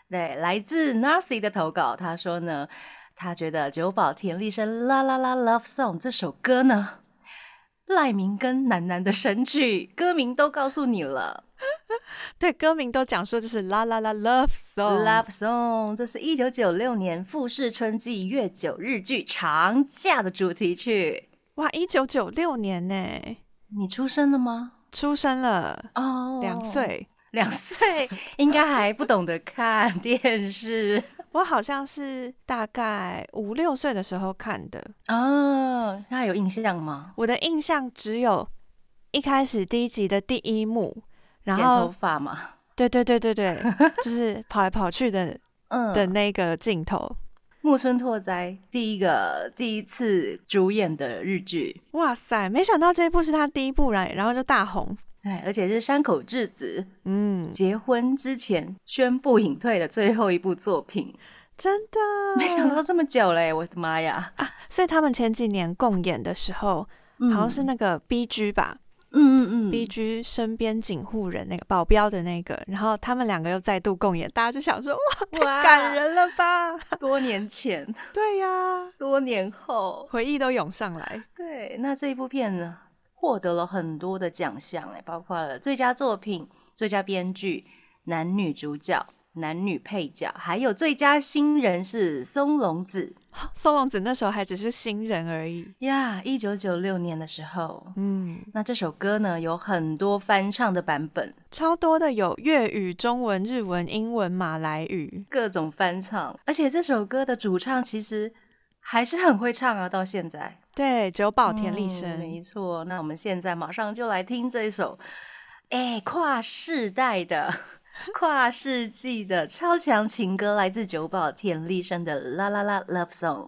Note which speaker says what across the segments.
Speaker 1: 对，来自 Narcy 的投稿，他说呢，他觉得久保田利生《啦啦啦 Love Song》这首歌呢，赖明跟楠楠的神曲，歌名都告诉你了，
Speaker 2: 对，歌名都讲说就是啦啦啦 love song。
Speaker 1: Love Song》，这是一九九六年富士春季月九日剧《长假》的主题曲。
Speaker 2: 哇，一九九六年呢，
Speaker 1: 你出生了吗？
Speaker 2: 出生了，
Speaker 1: 哦，
Speaker 2: 两，岁。
Speaker 1: 两岁应该还不懂得看电视。
Speaker 2: 我好像是大概五六岁的时候看的，
Speaker 1: 哦，那有印象吗？
Speaker 2: 我的印象只有一开始第一集的第一幕，然
Speaker 1: 剪
Speaker 2: 后
Speaker 1: 头发嘛，
Speaker 2: 对对对对对，就是跑来跑去的的
Speaker 1: 嗯，
Speaker 2: 那个镜头。
Speaker 1: 木村拓哉第一个第一次主演的日剧，
Speaker 2: 哇塞，没想到这一部是他第一部来，然后就大红。
Speaker 1: 对，而且是山口智子
Speaker 2: 嗯，
Speaker 1: 结婚之前宣布隐退的最后一部作品。
Speaker 2: 真的，
Speaker 1: 没想到这么久嘞，我的妈呀！
Speaker 2: 所以他们前几年共演的时候，好像是那个 B G 吧、
Speaker 1: 嗯嗯嗯嗯
Speaker 2: b G 身边警护人那个保镖的那个，然后他们两个又再度共演，大家就想说哇，
Speaker 1: 哇
Speaker 2: 感，人了吧？
Speaker 1: 多年前，
Speaker 2: 对呀、
Speaker 1: 多年后，
Speaker 2: 回忆都涌上来。
Speaker 1: 对，那这一部片呢，获得了很多的奖项，哎，包括了最佳作品、最佳编剧、男女主角、男女配角，还有最佳新人是松隆子
Speaker 2: 松隆子那时候还只是新人而已。
Speaker 1: 呀。一九九六年的时候，
Speaker 2: 嗯，
Speaker 1: 那这首歌呢有很多翻唱的版本，
Speaker 2: 超多的有粤语、中文、日文、英文、马来语。
Speaker 1: 各种翻唱，而且这首歌的主唱其实还是很会唱啊，到现在。
Speaker 2: 对，久保田利
Speaker 1: 嗯
Speaker 2: 生、
Speaker 1: 没错。那我们现在马上就来听这首，哎，跨世代的、 跨世纪的超强情歌，来自久保田利生的《啦啦啦 Love Song》。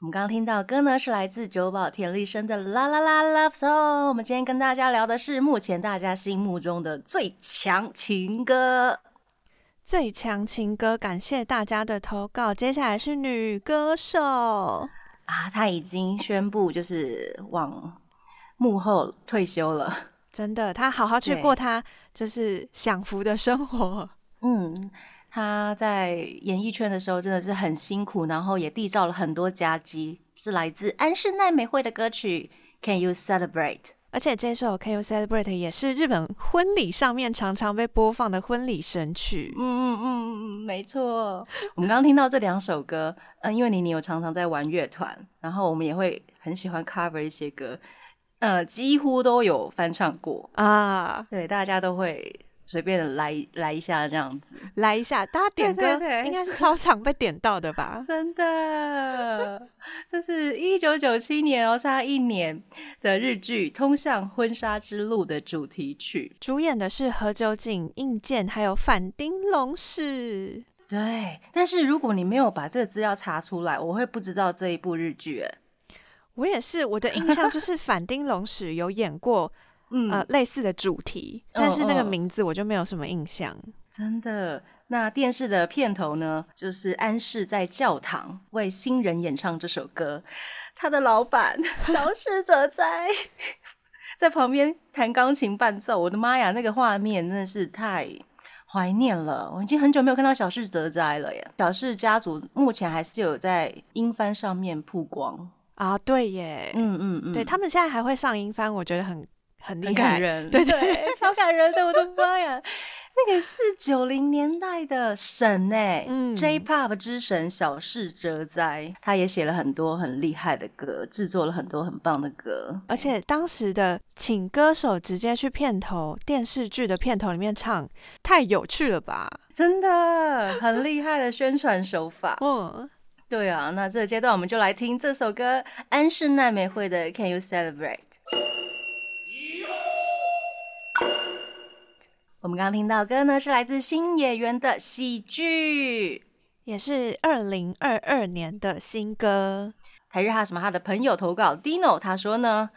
Speaker 1: 我们刚刚听到的歌呢，是来自久保田利生的《啦啦啦 Love Song》。我们今天跟大家聊的是目前大家心目中的最强情歌。
Speaker 2: 最强情歌，感谢大家的投稿。接下来是女歌手，
Speaker 1: 啊，他已经宣布就是往幕后退休了。
Speaker 2: 真的，她好好去
Speaker 1: 对
Speaker 2: 过她就是享福的生活。
Speaker 1: 嗯， 他在演艺圈的时候真的是很辛苦，然后也缔造了很多佳绩，是来自安室奈美惠的歌曲《Can You Celebrate》。
Speaker 2: 而且这首《Can You Celebrate》也是日本婚礼上面常常被播放的婚礼神曲。
Speaker 1: 嗯嗯嗯，嗯，没错。我们刚刚听到这两首歌，嗯，因为妮妮有常常在玩乐团，然后我们也会很喜欢 cover 一些歌，呃，几乎都有翻唱过。
Speaker 2: 啊，
Speaker 1: 对，大家都会随便来来一下这样子。
Speaker 2: 来一下，大家点歌
Speaker 1: 对对对？
Speaker 2: 应该是超常被点到的吧
Speaker 1: 真的，这是一九九七年哦，差一年的日剧《通向婚纱之路》的主题曲。
Speaker 2: 主演的是何炅景、应健，还有反町隆史。
Speaker 1: 对，但是如果你没有把这个资料查出来，我会不知道这一部日剧。哎，
Speaker 2: 我也是，我的印 象就是反町隆史有演过
Speaker 1: 嗯，
Speaker 2: 呃类似的主题，
Speaker 1: 嗯
Speaker 2: 但是那个
Speaker 1: 嗯
Speaker 2: 名字我就没有什么印象。
Speaker 1: 真的。那电视的片头呢，就是安室在教堂为新人演唱这首歌，他的老板小室哲 哉在旁边弹钢琴伴奏。我的妈呀，那个画面真的是太怀念了，我已经很久没有看到小室哲哉了耶。小室家族目前还是有在英番上面曝光，
Speaker 2: 啊，对耶，
Speaker 1: 嗯嗯嗯，
Speaker 2: 对他们现在还会上英翻，我觉得很
Speaker 1: 很
Speaker 2: 很厉
Speaker 1: 感
Speaker 2: 害，
Speaker 1: 人，
Speaker 2: 对
Speaker 1: 对，超感人的，我的妈呀！那个是九零年代的神呢、
Speaker 2: 嗯
Speaker 1: j p o p 之神小室哲哉，他也写了很多很厉害的歌，制作了很多很棒的歌。
Speaker 2: 而且当时的请歌手直接去片头电视剧的片头里面唱，太有趣了吧？。
Speaker 1: 真的很厉害的宣传手法
Speaker 2: 嗯，
Speaker 1: 对啊，那这个阶段我们就来听这首歌，安室奈美惠的《Can You Celebrate》。我们刚刚听到的歌呢，是来自新演员的喜剧。
Speaker 2: 也是二零二二年的新歌，
Speaker 1: 台日哈什么哈的朋友投稿 Dino，他说呢，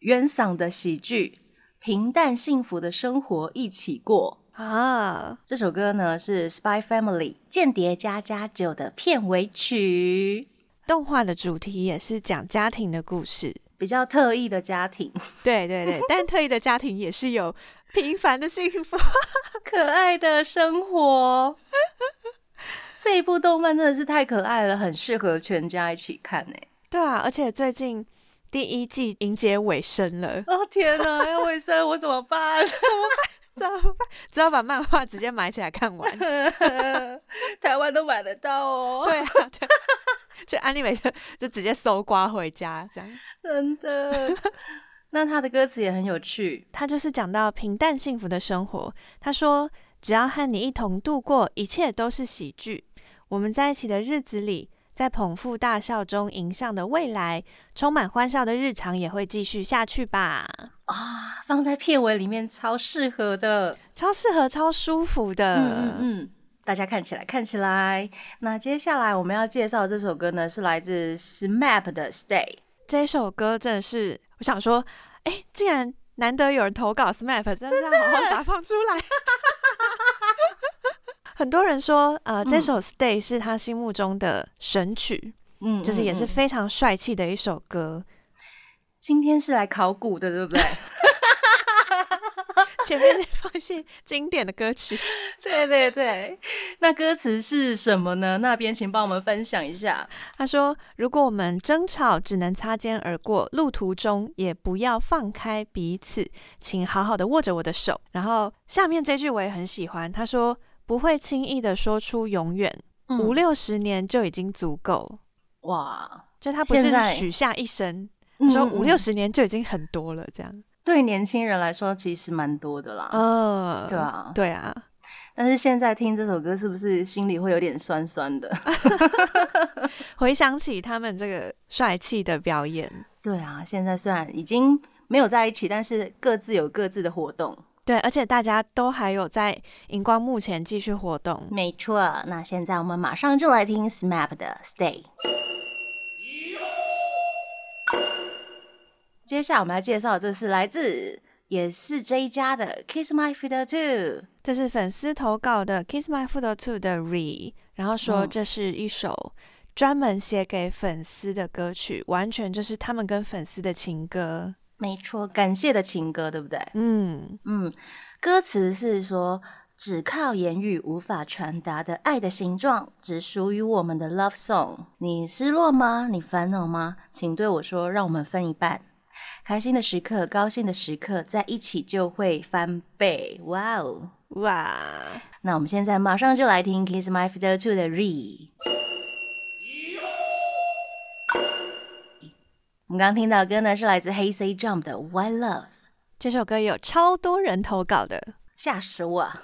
Speaker 1: 冤嗓的喜剧，平淡幸福的生活一起过。
Speaker 2: 啊，
Speaker 1: 这首歌呢是《Spy Family》间谍加加九的片尾曲，
Speaker 2: 动画的主题也是讲家庭的故事。
Speaker 1: 比较特异的家庭，
Speaker 2: 对对对，但特意的家庭也是有平凡的幸福。
Speaker 1: 可爱的生活。这一部动漫真的是太可爱了，很适合全家一起看欸诶、
Speaker 2: 对啊，而且最近第一季迎接尾声了，
Speaker 1: 哦天哪，要卫生我怎么 办？
Speaker 2: 怎么办？只好把漫画直接买起来看 完。啊
Speaker 1: 台湾都买得到哦。
Speaker 2: 对啊，对，就安利美特就直接搜刮回家这样。
Speaker 1: 真的。那他的歌词也很有趣，
Speaker 2: 他就是讲到平淡幸福的生活。他说：“只要和你一同度过，一切都是喜剧。我们在一起的日子里，在捧腹大笑中迎向的未来，充满欢笑的日常也会继续下去吧。
Speaker 1: 放在片尾里面超适合的。
Speaker 2: 超适合，超舒服的。
Speaker 1: 嗯嗯嗯，大家看起来看起来。那接下来我们要介绍的这首歌呢，是来自 SMAP 的《Stay》。
Speaker 2: 这首歌真的是，我想说，哎，竟然难得有人投稿 SMAP，真的要好好打放出来。 很多人说，呃，这首《Stay》是他心目中的神曲，
Speaker 1: 嗯，
Speaker 2: 就是也
Speaker 1: 嗯
Speaker 2: 是
Speaker 1: 嗯
Speaker 2: 非常帅气的一首歌。
Speaker 1: 今天是来考古的，对不 对？
Speaker 2: 前面放一些经典的歌曲，
Speaker 1: 对对对。那歌词是什么呢？那边请帮我们分享一下。
Speaker 2: 他说：“如果我们争吵只能擦肩而过，路途中也不要放开彼此，请好好的握着我的手。”然后下面这句我也很喜欢，他说：“不会轻易的说出永远，
Speaker 1: 嗯
Speaker 2: 五六十年就已经足够。
Speaker 1: 哇，”
Speaker 2: 就他不是
Speaker 1: 现在嗯
Speaker 2: 许下一生，说五六
Speaker 1: 十
Speaker 2: 十年就已经很多了，这样。
Speaker 1: 嗯对年轻人来说其实蛮多的啦。
Speaker 2: 嗯，
Speaker 1: 对，啊，
Speaker 2: 对啊，
Speaker 1: 但是现在听这首歌，是不是心里会有点酸酸的？
Speaker 2: 回想起他们这个帅气的表演，
Speaker 1: 对啊，现在虽然已经没有在一起，但是各自有各自的活动。
Speaker 2: 对，而且大家都还有在荧光幕前继续活动。
Speaker 1: 没错，那现在我们马上就来听 SMAP 的《Stay》。接下来我们要介绍的这是来自也是这一家的《Kiss My Feet Too》。
Speaker 2: 这是粉丝投稿的《Kiss My Foot Too》的 Re，然后说
Speaker 1: 嗯
Speaker 2: 这是一首专门写给粉丝的歌曲，完全就是他们跟粉丝的情歌。
Speaker 1: 没错，感谢的情歌，对不对？
Speaker 2: 嗯，
Speaker 1: 嗯，歌词是说，只靠言语无法传达的爱的形状，只属于我们的 love song。你失落吗？你烦恼吗？请对我说，让我们分一半。开心的时刻，高兴的时刻，在一起就会翻倍。哇哦！
Speaker 2: 哇，
Speaker 1: 那我们现在马上就来听《Kiss My Fiddle Too》的 Re。我们刚刚听到的歌呢，是来自 Hey Say Jump 的《Why Love》。
Speaker 2: 这首歌有超多人投稿的。
Speaker 1: 吓死我！啊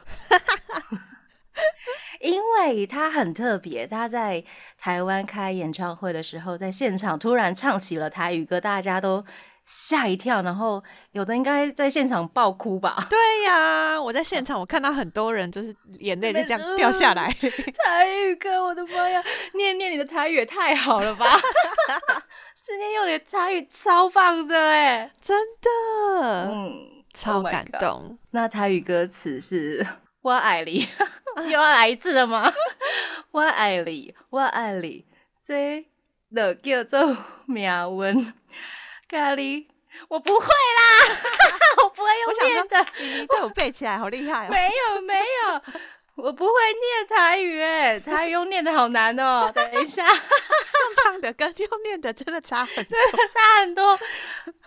Speaker 1: 因为他很特别，他在台湾开演唱会的时候，在现场突然唱起了台语歌，大家都吓一跳，然后有的应该在现场爆哭吧。
Speaker 2: 对呀，我在现场我看到很多人就是眼泪就这样掉下来。
Speaker 1: 台语歌，我的妈呀！念念你的台语也太好了吧！ 今天用你的台语超棒的哎，
Speaker 2: 真的
Speaker 1: 嗯，
Speaker 2: 超
Speaker 1: Oh my
Speaker 2: 感
Speaker 1: God
Speaker 2: 动。
Speaker 1: 那台语歌词是“ 我爱你”，又要来一次了吗？“ 我爱你，我爱你”，这就 叫做命运。咖喱，我不会啦，我不会
Speaker 2: 我
Speaker 1: 用
Speaker 2: 想
Speaker 1: 念的，
Speaker 2: 说，你你对我背起来好厉 害 哦。
Speaker 1: 没有没有，我不会念台语，哎，台语用念的好难哦。等一下，
Speaker 2: 用唱的跟 用念的真的差 很多。
Speaker 1: 差很多。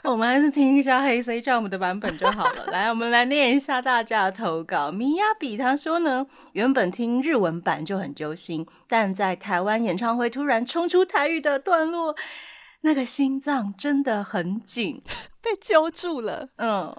Speaker 1: 我们还是听一下黑 C Jump 的版本就好了。来，我们来念一下大家的投稿。米亚比他说呢，原本听日文版就很揪心，但在台湾演唱会突然冲出台语的段落，那个心脏真的很紧。
Speaker 2: 被揪住了。
Speaker 1: 嗯，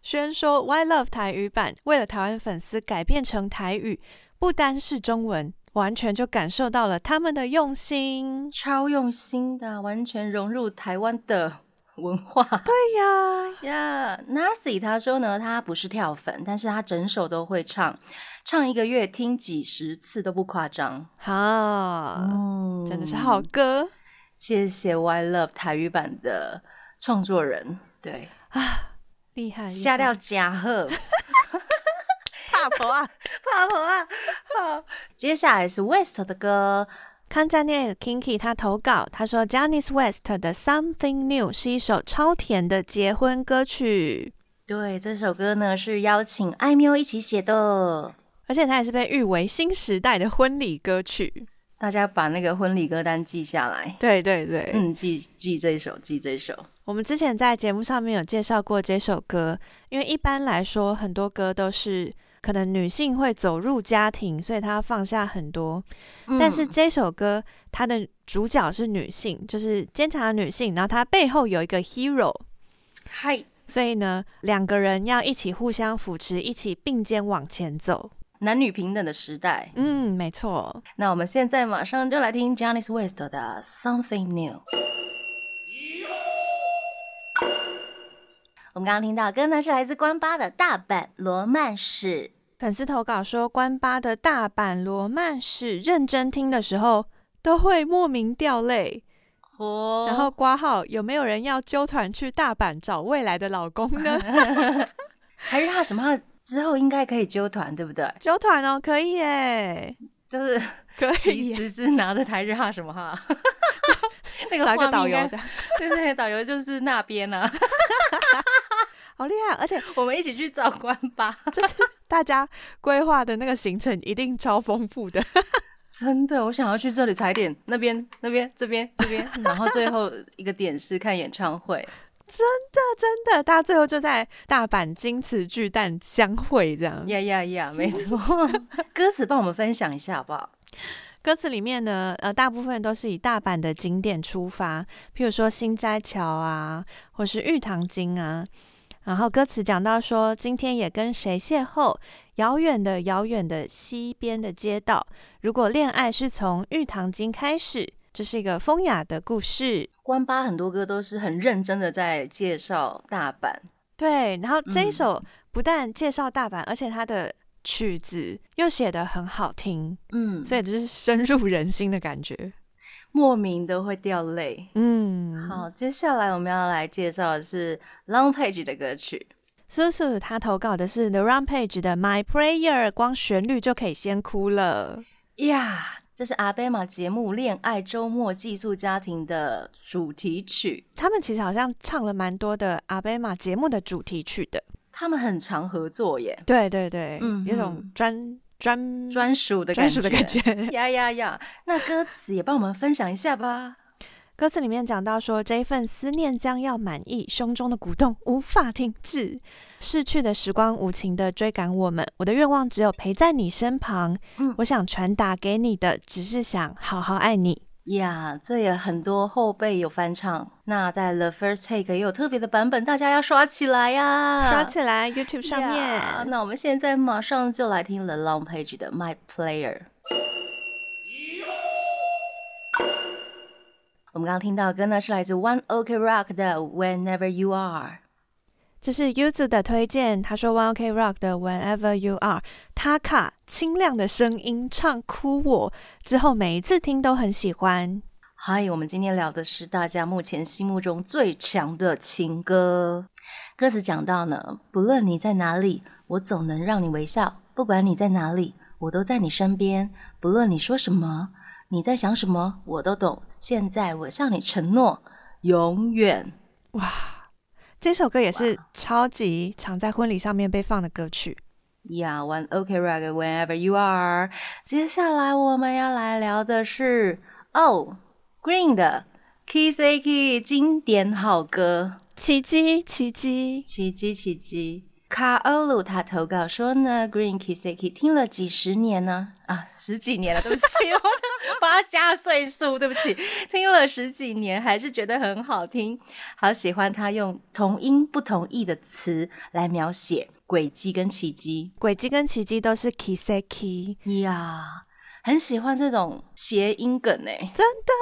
Speaker 2: 轩说，Y Love 台语版为了台湾粉丝改变成台语，不单是中文，完全就感受到了他们的用心。
Speaker 1: 超用心的，完全融入台湾的文化。
Speaker 2: 对呀，
Speaker 1: 呀、n a s i 他说呢，他不是跳粉，但是他整首都会唱，唱一个月听几十次都不夸张。
Speaker 2: 哈，
Speaker 1: 嗯，
Speaker 2: 真的是好歌
Speaker 1: 谢谢 Y Love 台语版的创作人，对，
Speaker 2: 啊，厉害！
Speaker 1: 下
Speaker 2: 料
Speaker 1: 料加 贺
Speaker 2: 大婆啊，
Speaker 1: 怕婆啊！好，接下来是 West 的歌，
Speaker 2: 康佳念 Kinky 他投稿，他说 j a n i c e West 的 Something New 是一首超甜的结婚歌曲，
Speaker 1: 对，这首歌呢是邀请艾喵一起写的。
Speaker 2: 而且它也是被誉为新时代的婚礼歌曲。
Speaker 1: 大家把那个婚礼歌单记下来，
Speaker 2: 对对对，
Speaker 1: 嗯，记记这首，记这首。
Speaker 2: 我们之前在节目上面有介绍过这首歌，因为一般来说很多歌都是可能女性会走入家庭，所以她要放下很多。但是
Speaker 1: 嗯
Speaker 2: 这首歌它的主角是女性，就是坚强的女性，然后她背后有一个 hero，
Speaker 1: 嗨，
Speaker 2: 所以呢，两个人要一起互相扶持，一起并肩往前走。
Speaker 1: 男女平等的时代，
Speaker 2: 嗯，没错。
Speaker 1: 那我们现在马上就来听 j a n i c e West 的 Something New。我们刚刚听到的歌呢，是来自关八的大阪罗曼史。
Speaker 2: 粉丝投稿说，关八的大阪罗曼史，认真听的时候都会莫名掉泪。
Speaker 1: 哦
Speaker 2: 然后挂号有没有人要揪团去大阪找未来的老公呢？
Speaker 1: 还是他什么？之后应该可以揪团，对不对？
Speaker 2: 揪团哦，可以耶，
Speaker 1: 就是
Speaker 2: 可以
Speaker 1: 其
Speaker 2: 耶，
Speaker 1: 实 是拿着台日哈什么 哈，那个
Speaker 2: 找一个
Speaker 1: 画
Speaker 2: 导
Speaker 1: 面
Speaker 2: 游
Speaker 1: 应
Speaker 2: 这
Speaker 1: 该，
Speaker 2: 样，
Speaker 1: 对对，导游就是那边啊，
Speaker 2: 好厉害！而且
Speaker 1: 我们一起去找关八，
Speaker 2: 就是大家规划的那个行程一定超丰富的，
Speaker 1: 真的，我想要去这里踩点，那边那边这边这 边，然后最后一个点是看演唱会，
Speaker 2: 真的，大家最后就在大阪金瓷巨蛋相会这样。
Speaker 1: 呀呀呀， 没 错。歌词帮我们分享一下好不好？
Speaker 2: 歌词里面呢，呃，大部分都是以大阪的景点出发，譬如说新斋桥啊，或是玉堂津啊。然后歌词讲到说，今天也跟谁邂逅？遥远的遥远的西边的街道。如果恋爱是从玉堂津开始，这是一个风雅的故事。
Speaker 1: 关八很多歌都是很认真的在介绍大阪，
Speaker 2: 对，然后这一
Speaker 1: 嗯
Speaker 2: 首不但介绍大阪，而且它的曲子又写得很好听，
Speaker 1: 嗯，
Speaker 2: 所以就是深入人心的感觉。
Speaker 1: 莫名的会掉泪。
Speaker 2: 嗯，
Speaker 1: 好，接下来我们要来介绍的是 Long Page 的歌曲，
Speaker 2: 苏苏他投稿的是 The Rampage 的 My Prayer，光旋律就可以先哭了。
Speaker 1: 呀、这是阿贝玛节目《恋爱周末寄宿家庭》的主题曲，
Speaker 2: 他们其实好像唱了蛮多的阿贝玛节目的主题曲的。
Speaker 1: 他们很常合作耶，
Speaker 2: 对对对，
Speaker 1: 嗯
Speaker 2: 有种
Speaker 1: 嗯
Speaker 2: 专专
Speaker 1: 专属的
Speaker 2: 专属的感
Speaker 1: 觉。
Speaker 2: 觉。
Speaker 1: 呀呀呀！那歌词也帮我们分享一下吧。
Speaker 2: 歌词里面讲到说，这一份思念将要满意，胸中的鼓动无法停止。逝去的时光无情的追赶我们，我的愿望只有陪在你身旁。
Speaker 1: 嗯
Speaker 2: 我想传达给你的，只是想好好爱你。
Speaker 1: 呀这也很多后辈有翻唱，那在 The First Take 也有特别的版本，大家要刷起来呀、
Speaker 2: 刷起来，YouTube 上面。
Speaker 1: 呀那我们现在马上就来听 The Long Page 的 My Player。我们刚刚听到的歌呢，是来自 One Ok Rock 的 Whenever You Are。
Speaker 2: 这是 U 子的推荐，他说 One OK Rock 的 Whenever You Are，他卡清亮的声音唱哭我，之后每一次听都很喜欢。
Speaker 1: 嗨，我们今天聊的是大家目前心目中最强的情歌。歌词讲到呢，不论你在哪里，我总能让你微笑；不管你在哪里，我都在你身边。不论你说什么，你在想什么，我都懂。现在我向你承诺，永远。
Speaker 2: 哇，这首歌也是超级常在婚礼上面被放的歌曲。
Speaker 1: Yeah, one OK rock whenever you are。接下来我们要来聊的是哦、Green 的 Kiss A K 经典好歌。
Speaker 2: 奇迹，奇迹，
Speaker 1: 奇迹奇迹。卡欧鲁他投稿说呢，Green Kiseki 听了几十年呢，啊，十几年了，对不起，我帮他加岁数，对不起， 听了十几年还是觉得很好听，好喜欢他用同音不同义的词来描写轨迹跟奇迹
Speaker 2: 轨迹跟奇迹都是 kiseki，
Speaker 1: 呀很喜欢这种谐音梗哎、
Speaker 2: 真的，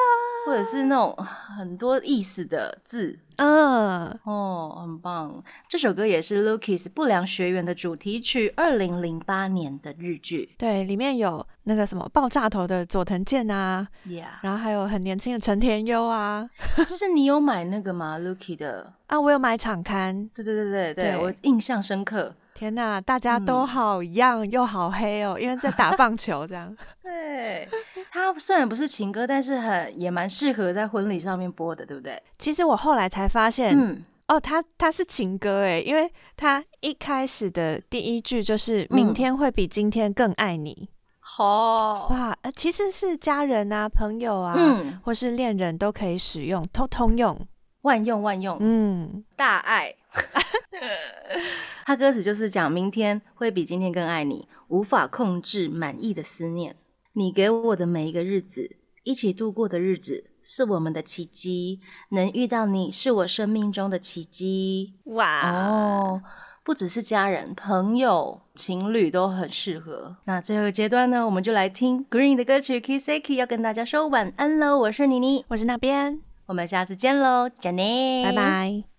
Speaker 1: 或者是那种很多意思的字，
Speaker 2: 嗯，
Speaker 1: 哦，很棒！这首歌也是 Lucas 不良学员的主题曲，二零零八年的日剧。
Speaker 2: 对，里面有那个什么爆炸头的佐藤健啊，
Speaker 1: Yeah，
Speaker 2: 然后还有很年轻的陈田优啊，
Speaker 1: 是你有买那个吗？Lucky 的，
Speaker 2: 啊，我有买场刊，
Speaker 1: 对对对对
Speaker 2: 对
Speaker 1: 对，我印象深刻。
Speaker 2: 天呐，大家都好样、又好黑哦，因为在打棒球这样。
Speaker 1: 对，它虽然不是情歌，但是很也蛮适合在婚礼上面播的，对不对？
Speaker 2: 其实我后来才发现，
Speaker 1: 嗯，
Speaker 2: 哦，它它是情歌诶，因为它一开始的第一句就是
Speaker 1: 嗯
Speaker 2: “明天会比今天更爱你”
Speaker 1: 好，
Speaker 2: 哇，呃，其实是家人啊、朋友啊，
Speaker 1: 嗯，
Speaker 2: 或是恋人都可以使用，都通用。
Speaker 1: 万用万用。
Speaker 2: 嗯，
Speaker 1: 大爱。他歌词就是讲明天会比今天更爱你，无法控制满意的思念。你给我的每一个日子，一起度过的日子，是我们的奇迹。能遇到你是我生命中的奇迹。
Speaker 2: 哇，
Speaker 1: 哦，不只是家人、朋友、情侣都很适合。那最后一个阶段呢，我们就来听 Green 的歌曲《Kisseki》，要跟大家说晚安喽。我是妮妮，
Speaker 2: 我是那边，
Speaker 1: 我们下次见喽，Jenny，
Speaker 2: 拜拜。